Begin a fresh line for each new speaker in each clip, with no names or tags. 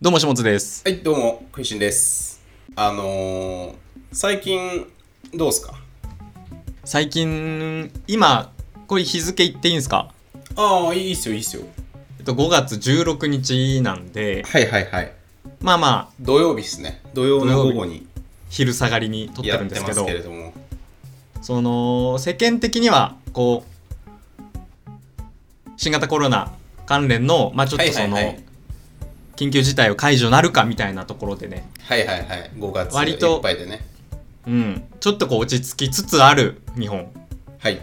どうも、しもつです。
はい、どうも、クイシンです。あのー、最近、どうっすか
最近、今、これ日付言っていいんですか
ああ、いいっすよ、いいっすよ。
えっと、5月16日なんで、
はいはいはい。
まあまあ、
土曜日っすね。土曜の午後に
昼下がりに撮って
や
る
っ
んで
て
す
ま
け
す
ど
け、れども。
その、世間的には、こう、新型コロナ関連の、まあちょっとその、
はいはいはい
緊急事態を解除なるかみたいなところでね、
はいはいはい。5月
割と
いっぱいでね。
うん、ちょっとこう落ち着きつつある日本
はい。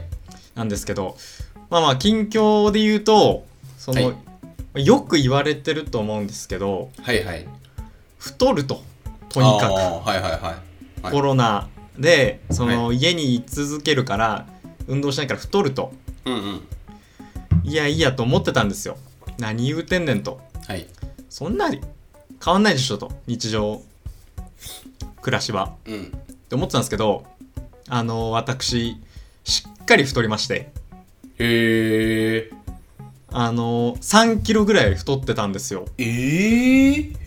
なんですけどまあまあ近況で言うとその、
は
よく言われてると思うんですけど
はいはい。
太るととに
あ
か
ーはいはいは
く
はい
コロナでその、家に居続けるから運動しないから太ると
い。うんうん。
いやいやと思ってたんですよ何言うてんねんと
はい。
そんなに変わんないでしょと日常暮らしは
うん。
って思ってたんですけどあの私しっかり太りまして
へえ。
あの3キロぐらい太ってたんですよ
えー、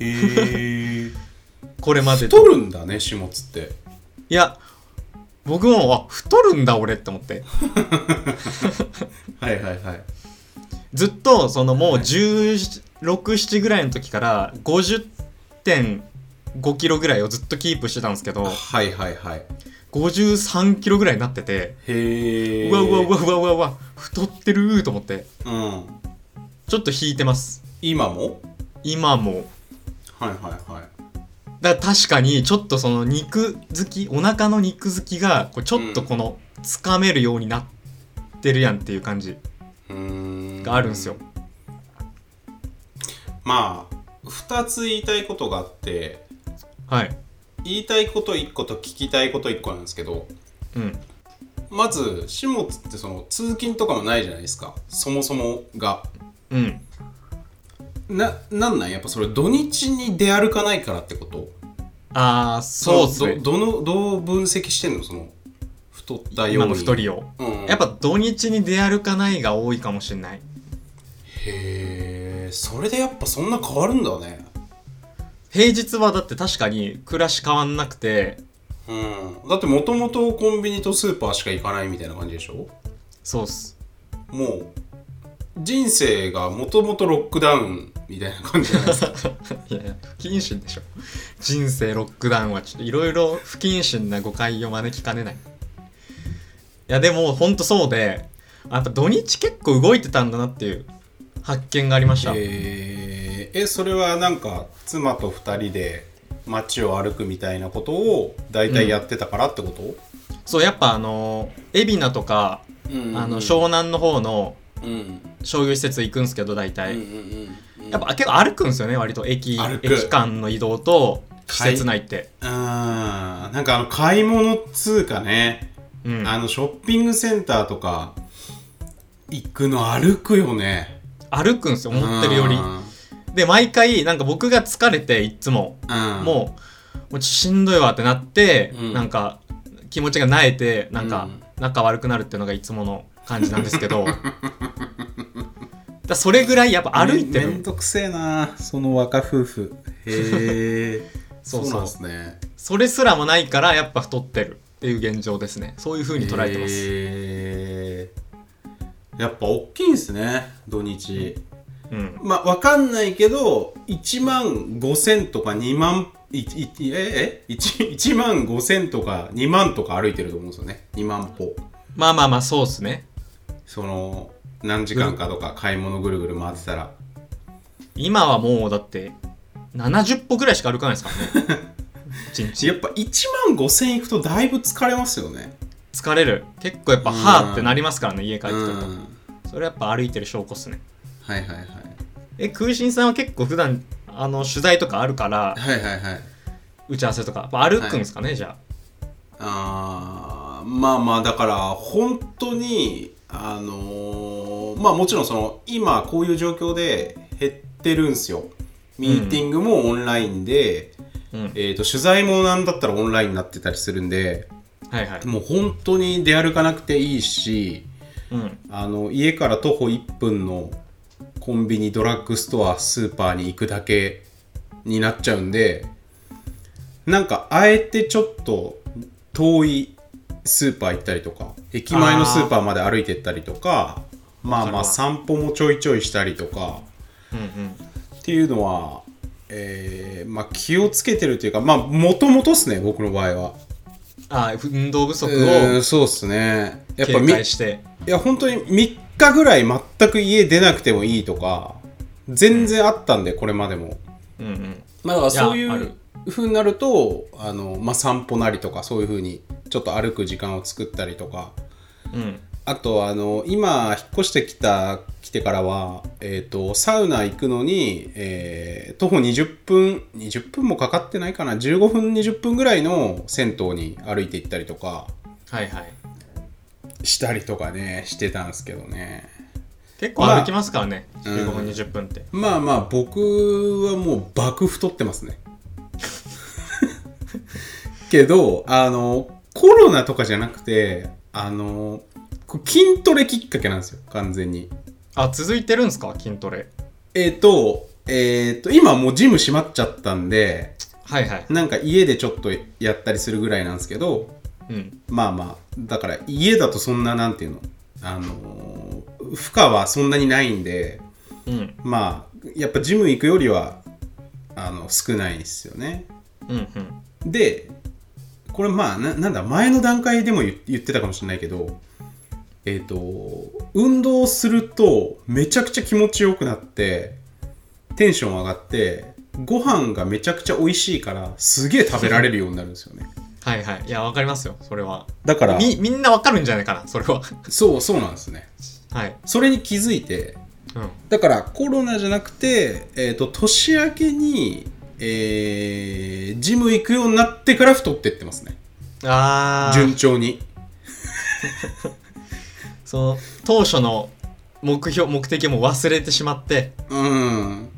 へえ。
これまでで
太るんだね、始末って。
いや僕もあ太るんだ俺って思って
はいはいはい。
ずっとそのもう
はい
167ぐらいの時から50.5キロぐらいをずっとキープしてたんですけど
はいはいはい。
53キロぐらいになってて
へえ。
うわうわうわうわうわうわ太ってるーと思って
うん。
ちょっと引いてます
今も
今も
はいはいはい。
だから確かにちょっとその肉付きお腹の肉付きがこうちょっとこのつかめるようになってるやんっていう感じが
が
あるんですよ
まあ2つ言いたいことがあって
はい
言いたいこと1個と聞きたいこと1個なんですけど
うん
まず始末ってその通勤とかもないじゃないですかそもそもが
うん
ななんなんやっぱそれ土日に出歩かないからってこと
ああそうっす
その
ね
どどのどう分析してんのその太ったように
今の太りを
うん、
やっぱ土日に出歩かないが多いかもしれない
へえそれでやっぱそんな変わるんだね
平日はだって確かに暮らし変わんなくて
うんだってもともとコンビニとスーパーしか行かないみたいな感じでしょ
そうっす
もう人生がもともとロックダウンみたいな感じじゃないですか
いやいや不謹慎でしょ人生ロックダウンはちょっといろいろ不謹慎な誤解を招きかねないいやでもほんとそうでやっぱ土日結構動いてたんだなっていう発見がありました、
えーえそれはなんか妻と2人で街を歩くみたいなことを大体やってたからってこと、
そうやっぱあの海老名とか、あの湘南の方の
うんうん
商業施設行くんすけど大体、
うんうん
やっぱ結構歩くんですよね割と駅
歩く
駅間の移動と施
はい
設内って、
あーなんかあの買い物っつうかね、
うん、
あのショッピングセンターとか行くの歩くよね
歩くんですよ思ってるより
うん
で毎回なんか僕が疲れていっつも、
うん
もうもうちょっとしんどいわってなって、
うん
なんか気持ちがなえてなんか
うん
仲悪くなるっていうのがいつもの感じなんです けどだそれぐらいやっぱ歩いて
めめん
る
どくせえなその若夫婦へえ
そうそう
なんですね
それすらもないからやっぱ太ってるっていう現状ですねそういう風に捉えてます、
へえやっぱ大きいんですね土日
うん、
まあわかんないけど1万5000とか2万いいいええ 1, 1万5000とか2万とか歩いてると思うんですよね2万歩
まあまあまあそうっすね
その何時間かとか買い物ぐるぐる回ってたら
今はもうだって70歩ぐらいしか歩かないですからね 一
やっ
日
ぱ1万5000行くとだいぶ疲れますよね
疲れる結構やっぱ「はあ」ってなりますからね家帰
う
ってくる
ん
とそれやっぱ歩いてる証拠っすね
はいはいはい
え空心さんは結構普段あの取材とかあるから
はいはいはい
打ち合わせとかやっぱ歩くんですかね、じゃ
あーまあまあだから本当にあのーまあもちろんその今こういう状況で減ってるんすよミーティングもオンラインで、
あうん
えー、と取材もなんだったらオンラインになってたりするんで
はいはい
もう本当に出歩かなくていいし
うん
あの家から徒歩1分のコンビニドラッグストアスーパーに行くだけになっちゃうんでなんかあえてちょっと遠いスーパー行ったりとか駅前のスーパーまで歩いてったりとかまあま
わ
あ
か
散歩もちょいちょいしたりとか
うんうん
っていうのは、えーまあ、気をつけてるというかまあもともとっすね僕の場合は。
あー運動不足
う
を
んそうっすねやっぱ
警
み
戒して
いや本当に3日ぐらい全く家出なくてもいいとか全然あったんでこれまでも、
うんうん
まあだからそうい
いやある
う風になるとあの、まあ、散歩なりとかそういう風にちょっと歩く時間を作ったりとか
うん
あとあの今引っ越してきた来てからは、えー、とサウナ行くのに、えー徒歩20分20分もかかってないかな15分20分ぐらいの銭湯に歩いて行ったりとか
はいはい
したりとかねしてたんですけどね。
結構歩きますからね、
うん
15分20分って、
まあまあ僕はもう爆太ってますね けどあのコロナとかじゃなくてあのこう筋トレきっかけなんですよ完全に
あ続いてるんですか筋トレ
えっ、とえっ、と今もうジム閉まっちゃったんで
はいはい
なんか家でちょっとやったりするぐらいなんですけど
うん
まあまあだから家だとそんななんていうのあの負荷はそんなにないんで
うん
まあやっぱジム行くよりはあの少ないですよね
うんうん
でこれまあななんだ前の段階でも言言ってたかもしれないけどえっ、と運動するとめちゃくちゃ気持ちよくなってテンション上がってご飯がめちゃくちゃ美味しいからすげえ食べられるようになるんですよね
はいはいいやわかりますよそれは
だから
みみんなわかるんじゃないかなそれは
そうそうなんですね
はい
それに気づいて
うん
だからコロナじゃなくて、えー、と年明けに、えージム行くようになってから太ってってますね
ああ
順調に
その当初の目標目的も忘れてしまって
うん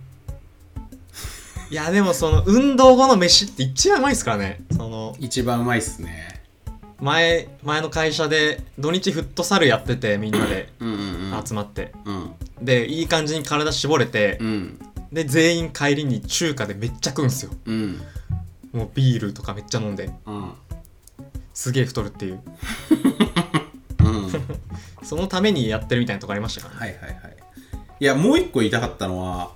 いやでもその運動後の飯って一番うまいですからねその
一番うまいっすね
前前の会社で土日フットサルやっててみんなで
うんうん
集まって、
うん
でいい感じに体絞れて
う、ん
で全員帰りに中華でめっちゃ食うんすよ
うん
もうビールとかめっちゃ飲んで
うん
すげえ太るっていう
うん
そのためにやってるみたいなとこありましたからね
はいはいはいいやもう一個言いたかったのは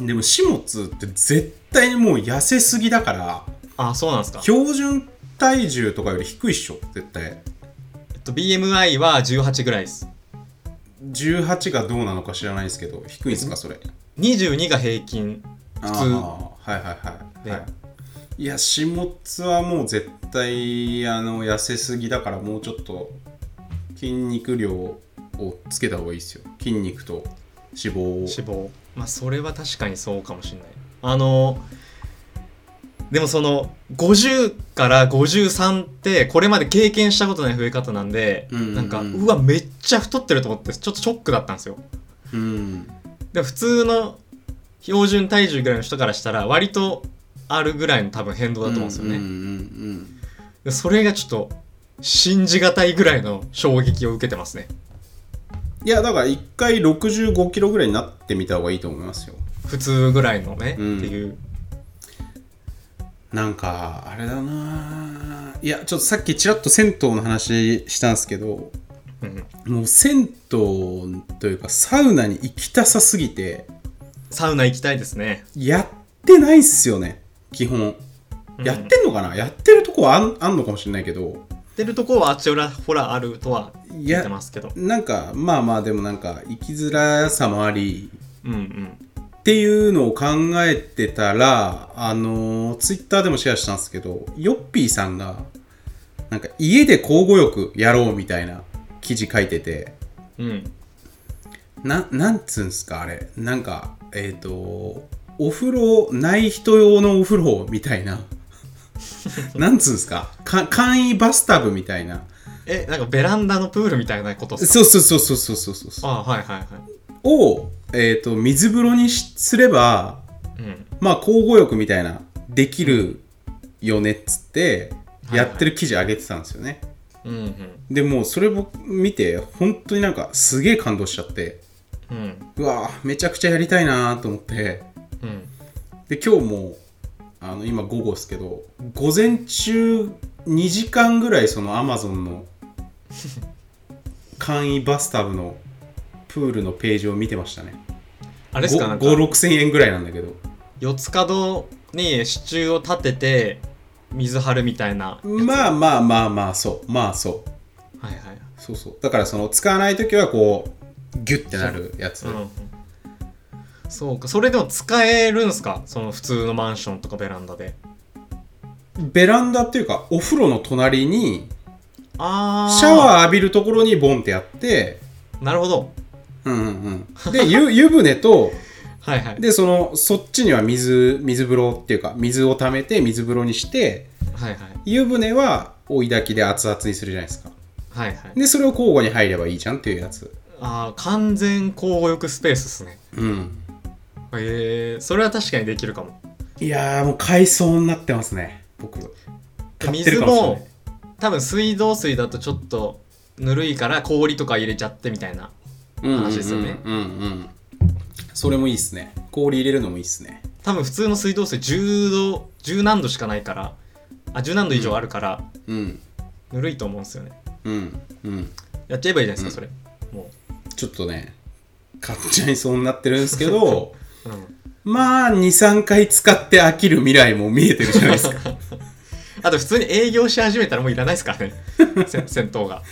うん
でも始末って絶対にもう痩せすぎだから
あそうなんですか、
標準体重とかより低いっしょ絶対
えっと、BMI は18ぐらいです
18がどうなのか知らないですけど低いっすかそれ
22が平均
普
通
はいはいはい、
ね
はいいや始末はもう絶対あの痩せすぎだからもうちょっと筋肉量をつけた方がいいですよ筋肉と脂肪を
脂肪まあそれは確かにそうかもしれないあのでもその50から53ってこれまで経験したことない増え方なんで、
うんうんうん
なんかうわめっちゃ太ってると思ってちょっとショックだったんですよ
うん
でも普通の標準体重ぐらいの人からしたら割とあるぐらいの多分変動だと思うんですよね、
うんうん
でそれがちょっと信じがたいぐらいの衝撃を受けてますね
うんいやだから一回65キロぐらいになってみた方がいいと思いますよ
普通ぐらいのね、
うん
っていう
なんかあれだないやちょっとさっきちらっと銭湯の話したんですけど
うん
もう銭湯というかサウナに行きたさすぎて
サウナ行きたいですね
やってないっすよね基本
うん
やってんのかな、やってるとこはあんあんのかもしれないけど
ってるとこはあちらほらあるとはい言っ
や
てますけど
なんかまあまあでもなんか生きづらさもあり
うんうん
っていうのを考えてたらあのツイッターでもシェアしたんですけどヨッピーさんがなんか家で交互浴やろうみたいな記事書いてて
うん
ななんつうんすかあれなんかえっ、とお風呂ない人用のお風呂みたいななんつうんすかか簡易バスタブみたいな
えなんかベランダのプールみたいなことっすか
そうそうそうそうそうそうそう
あはいはいはい
を、えー、と水風呂にしすれば
うん
まあ交互浴みたいなできるよねっつって
はいは
や
い
ってる記事上げてたんですよね、
うん
でもうそれ僕見て本当になんかすげえ感動しちゃって
うんうん
うわーめちゃくちゃやりたいなーと思って
うん
で今日もあの今午後ですけど午前中2時間ぐらいそのアマゾンの簡易バスタブのプールのページを見てましたね
あれですかなんか
56000円ぐらいなんだけど
四つ角に支柱を立てて水張るみたいな
まあまあまあまあそうまあそう
はいはい
そうそうだからその使わない時はこうギュッてなるやつ、
うん、そうかそれでも使えるんすかその普通のマンションとかベランダで
ベランダっていうかお風呂の隣に
ああ
シャワー浴びるところにボンってやって
ーなるほど
うんうんうんで湯湯船と
はいはい
でそのそっちには水水風呂っていうか水を溜めて水風呂にして
はいはい
湯船は追い焚きで熱々にするじゃないですか
はいはい
でそれを交互に入ればいいじゃんっていうやつ
あー完全交互浴スペースっすね
うん
えー、それは確かにできるかも
いやーもう海藻になってますね僕買って
水
るかもしれない
も多分水道水だとちょっとぬるいから氷とか入れちゃってみたいな
うんうんうん
話ですよね
うんうんそれもいいっすね氷入れるのもいいっすね
多分普通の水道水10度10何度しかないからあ10何度以上あるから、
うん
ぬるいと思うんですよね
うんうん
やっちゃえばいいじゃないですか、それも
ちょっとね買っちゃいそうになってるんです けど
う、うん、
まあ23回使って飽きる未来も見えてるじゃないですか
あと普通に営業し始めたらもういらないですから ねせ銭湯が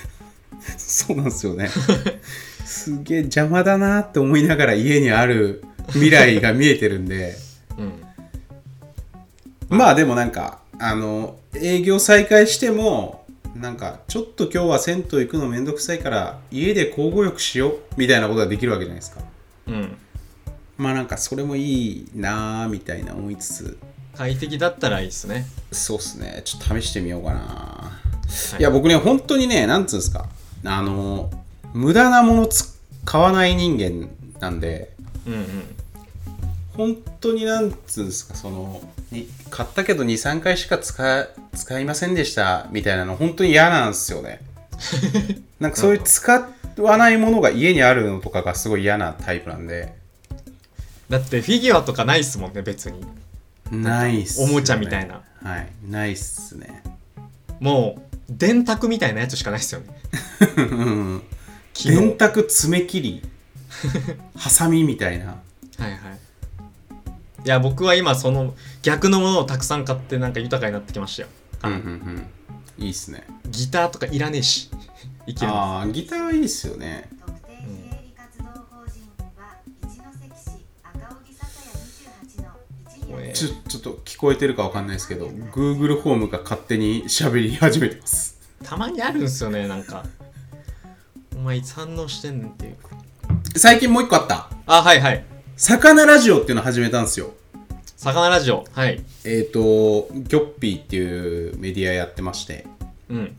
そうなんですよねすげえ邪魔だなって思いながら家にある未来が見えてるん で
うん
まあでもなんかあの営業再開してもなんかちょっと今日は銭湯行くのめんどくさいから家で交互浴しようみたいなことができるわけじゃないですか
うん
まあなんかそれもいいなーみたいな思いつつ
快適だったらいいですね、
そうっすねちょっと試してみようかな、、
はい
や僕ね本当にねなんつうんですかあの無駄なもの使わない人間なんで
うんうん
本当になんつうんですかそのに買ったけど23回しか使使いませんでしたみたいなの本当に嫌なんですよねなんかそういう使わないものが家にあるのとかがすごい嫌なタイプなんで
だってフィギュアとかないっすもんね別に
ないっす、
おもちゃみたいな
はいないっすね
もう電卓みたいなやつしかないっすよね
うん
昨日
電卓爪切りハサミみたいな
はいはいいや僕は今その逆のものをたくさん買ってなんか豊かになってきましたよ
うんうんうんいいっすね
ギターとかいらねえ しいけるの
ああギターはいいっすよね
特定経理活動法人は一関市赤荻酒屋28の一にある
ちょちょっと聞こえてるかわかんないですけど Google ホームが勝手に喋り始めてます
たまにあるんすよねなんかお前いつ反応してんねんっていう
最近もう一個あった
あはいはい
魚ラジオっていうの始めたんですよ
魚ラジオはい
えっ、ー、とギョッピーっていうメディアやってまして
うん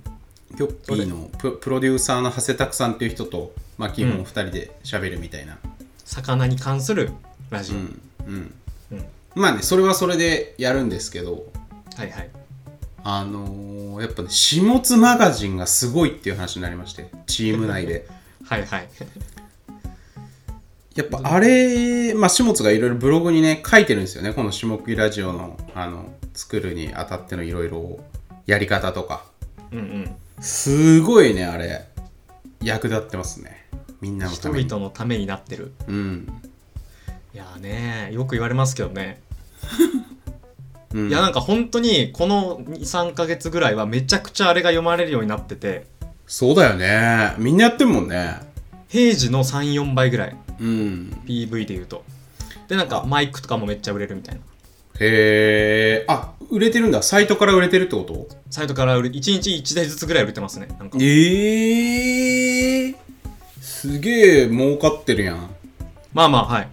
ギョッピーのププロデューサーの長谷拓さんっていう人と、まあ、基本2人で喋るみたいな、
魚に関するラジオ、
うんうん
うん
まあねそれはそれでやるんですけど
はいはい
あのーやっぱね下津マガジンがすごいっていう話になりましてチーム内で。
はいはい
やっぱあれ、まあ、下津がいろいろブログにね書いてるんですよねこの「下木ラジオの」あの作るにあたってのいろいろやり方とか
うんうん
すごいねあれ役立ってますねみんなのた
人
めに
々のためになってる
うん、
いやーねよく言われますけどね、
うん、
いやなんか本当にこの23ヶ月ぐらいはめちゃくちゃあれが読まれるようになってて
そうだよねみんなやってるもんね
平時の34倍ぐらい
うん
PV で言うとでなんかマイクとかもめっちゃ売れるみたいな
へえあ売れてるんだサイトから売れてるってこと
サイトから売る1日1台ずつぐらい売れてますねなんか
ええすげえ儲かってるやん
まあまあはい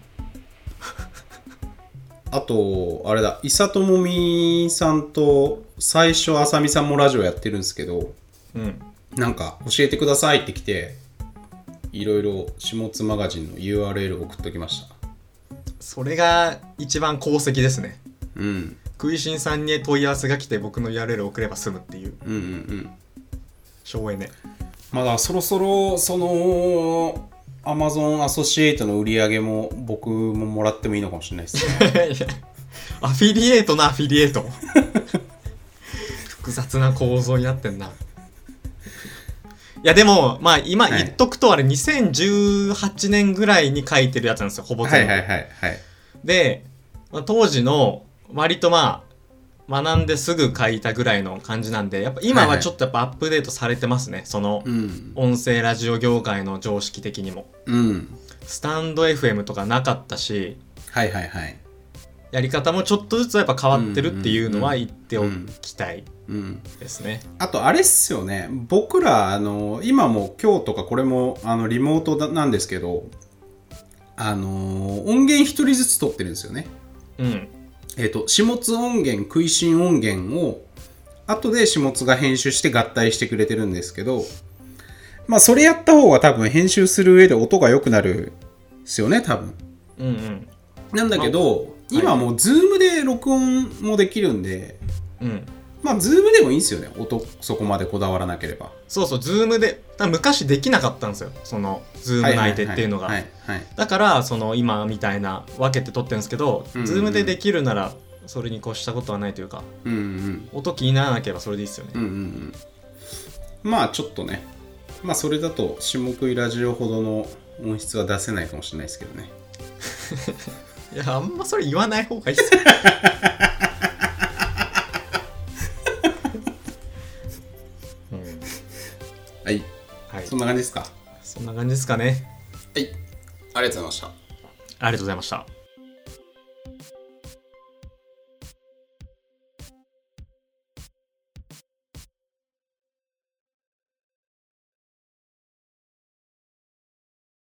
あと、あれだ、伊佐智美さんと、最初、あさみさんもラジオやってるんですけど、
うん
なんか、教えてくださいって来て、いろいろ、下津マガジンの URL 送っときました。
それが一番功績ですね
うん、
食いしんさんに問い合わせが来て僕の URL を送れば済むっていう
うん、うん、うん。
省エネ
まだそろそろ、その、アマゾンアソシエイトの売り上げも、僕ももらってもいいのかもしれないですね。
いや アフィリエイトのアフィリエイト複雑な構造になってんないやでもまあ今
はい
言っとくとあれ2018年ぐらいに書いてるやつなんですよほぼ
はい
全
は
部、
いはいはい
で、まあ、当時の割とまあ学んですぐ書いたぐらいの感じなんでやっぱ今
はい
は
はい
ちょっとやっぱアップデートされてますねその
うん
音声ラジオ業界の常識的にも
うん
スタンド FM とかなかったし
はいはいはい
やり方もちょっとずつやっぱ変わってるっていうのは
うんう
言っておきたい
うん
ですね。
あとあれっすよね僕らあの今も今日とかこれもあのリモートだなんですけどあの音源一人ずつ取ってるんですよね
うん。
えっ、と、始末音源、食いしん音源を、後で始末が編集して合体してくれてるんですけど、まあ、それやった方が多分編集する上で音が良くなるですよね、多分。
うんうん。
なんだけど、
まあ
今もう、ズームで録音もできるんで、
うん。
まあ、ズームでもいいんですよね、音、そこまでこだわらなければ。
そうそう、ズームで、だから昔できなかったんですよ。その、ズームの相手っていうのが。
はいはいはい、
だから、その、今みたいな分けて撮ってるんですけど、
うんうん
ズームでできるなら、それに越したことはないというか、
うんうん。
音気にならなければそれでいいですよね。
うんうんうん。まあ、ちょっとね、まあ、それだと、下食いラジオほどの音質は出せないかもしれないですけどね。
いや、あんまそれ言わない方がいいっ すよ。うん
はい。
はい、
そんな感じですか。は
そんな感じですかね。
い。ありがとうございました。
ありがとうございました。